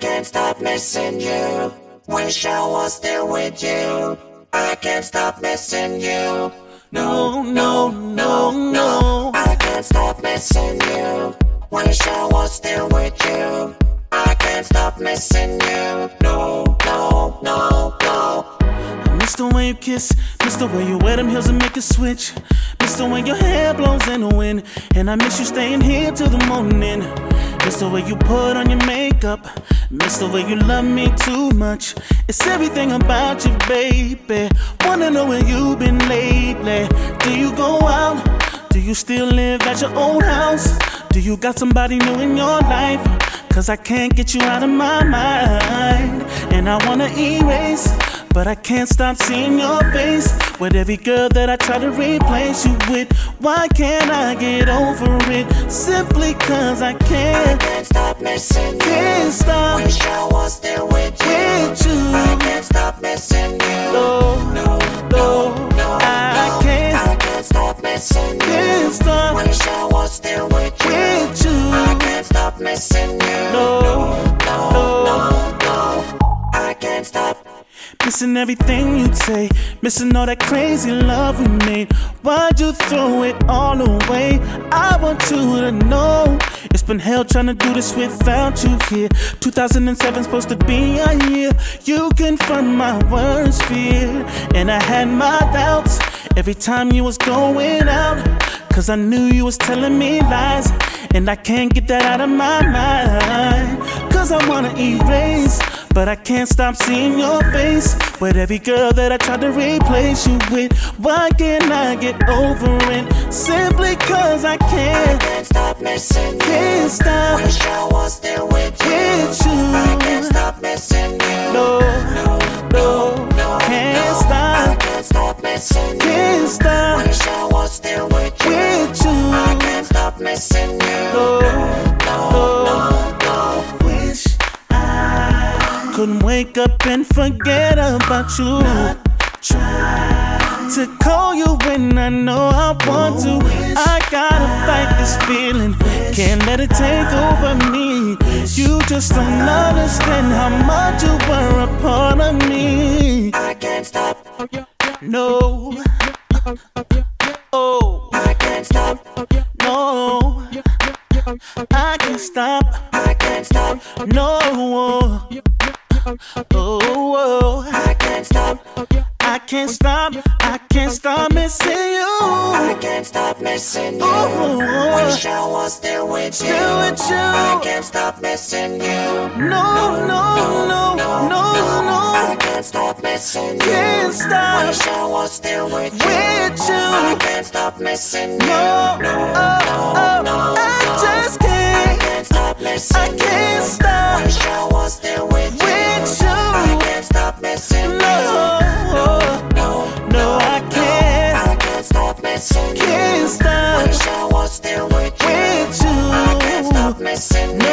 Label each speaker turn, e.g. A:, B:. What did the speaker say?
A: can't stop missing you. Wish I was there with you. I can't stop missing you. No, no, no, no. I can't stop missing you. Wish I was there with you. I can't stop missing you. No, no, no, no.
B: I miss the way you kiss, miss the way you wear them heels and make a switch. Miss the way your hair blows in the wind, and I miss you staying here till the morning. Miss the way you put on your makeup, miss the way you love me too much. It's everything about you, baby. Wanna know where you've been lately? Do you go out? Do you still live at your old house? Do you got somebody new in your life? Cause I can't get you out of my mind, and I wanna erase. But I can't stop seeing your face with every girl that I try to replace you with. Why can't I get over it? Simply cause I
A: I
B: can't,
A: can't stop missing you.
B: can't stop
A: Wish I was there with you.
B: with you.
A: I can't stop missing you.
B: No,
A: No,
B: no,
A: no,
B: I
A: no.
B: can't,
A: I can't stop missing you.
B: can't stop
A: Wish I was there with you.
B: with
A: I
B: you.
A: can't stop missing you.
B: No,
A: no,
B: no.
A: no. I can't stop.
B: Missing everything you'd say, missing all that crazy love we made. Why'd you throw it all away? I want you to know it's been hell trying to do this without you here. 2007's supposed to be a year. You confront my worst fear, and I had my doubts every time you was going out. Cause I knew you was telling me lies, and I can't get that out of my mind. Cause I wanna erase, but I can't stop seeing your face. With every girl that I tried to replace you with, why can't I get over it? Simply cause I can't,
A: Can't stop missing you.
B: can't stop
A: Wish I was there with you.
B: with
A: I can't
B: you.
A: stop missing you.
B: No, no,
A: no,
B: can't
A: no. I
B: stop,
A: can't stop missing you.
B: can't stop
A: Wish I was there with you.
B: with
A: I
B: you.
A: can't stop missing you.
B: wish I couldn't wake up and forget about you. Try to call you when I know I want to. I gotta fight this feeling. Can't let it take over me. You just don't understand how much you were a part of me.
A: I can't stop.
B: No. Oh,
A: I can't stop.
B: no. I can't stop.
A: I can't stop.
B: No, oh, oh,
A: I can't stop.
B: I can't stop, I can't stop missing
A: I
B: you.
A: can't stop missing you.
B: Oh,
A: Wish I was there with you.
B: still with
A: I
B: you.
A: can't stop missing you.
B: No, no, no, no,
A: I
B: no,
A: can't stop missing you.
B: can't stop
A: Wish I was there with you.
B: with
A: I
B: you.
A: can't stop missing you.
B: No, oh, oh, I just can't,
A: Can't stop
B: I
A: missing you.
B: can't stop
A: Wish I was there with you.
B: with
A: I
B: you.
A: can't stop missing you.
B: No,
A: No,
B: no, I can't,
A: I can't stop missing you.
B: can't stop
A: Wish I was there with you.
B: with
A: I can't
B: you.
A: stop missing you.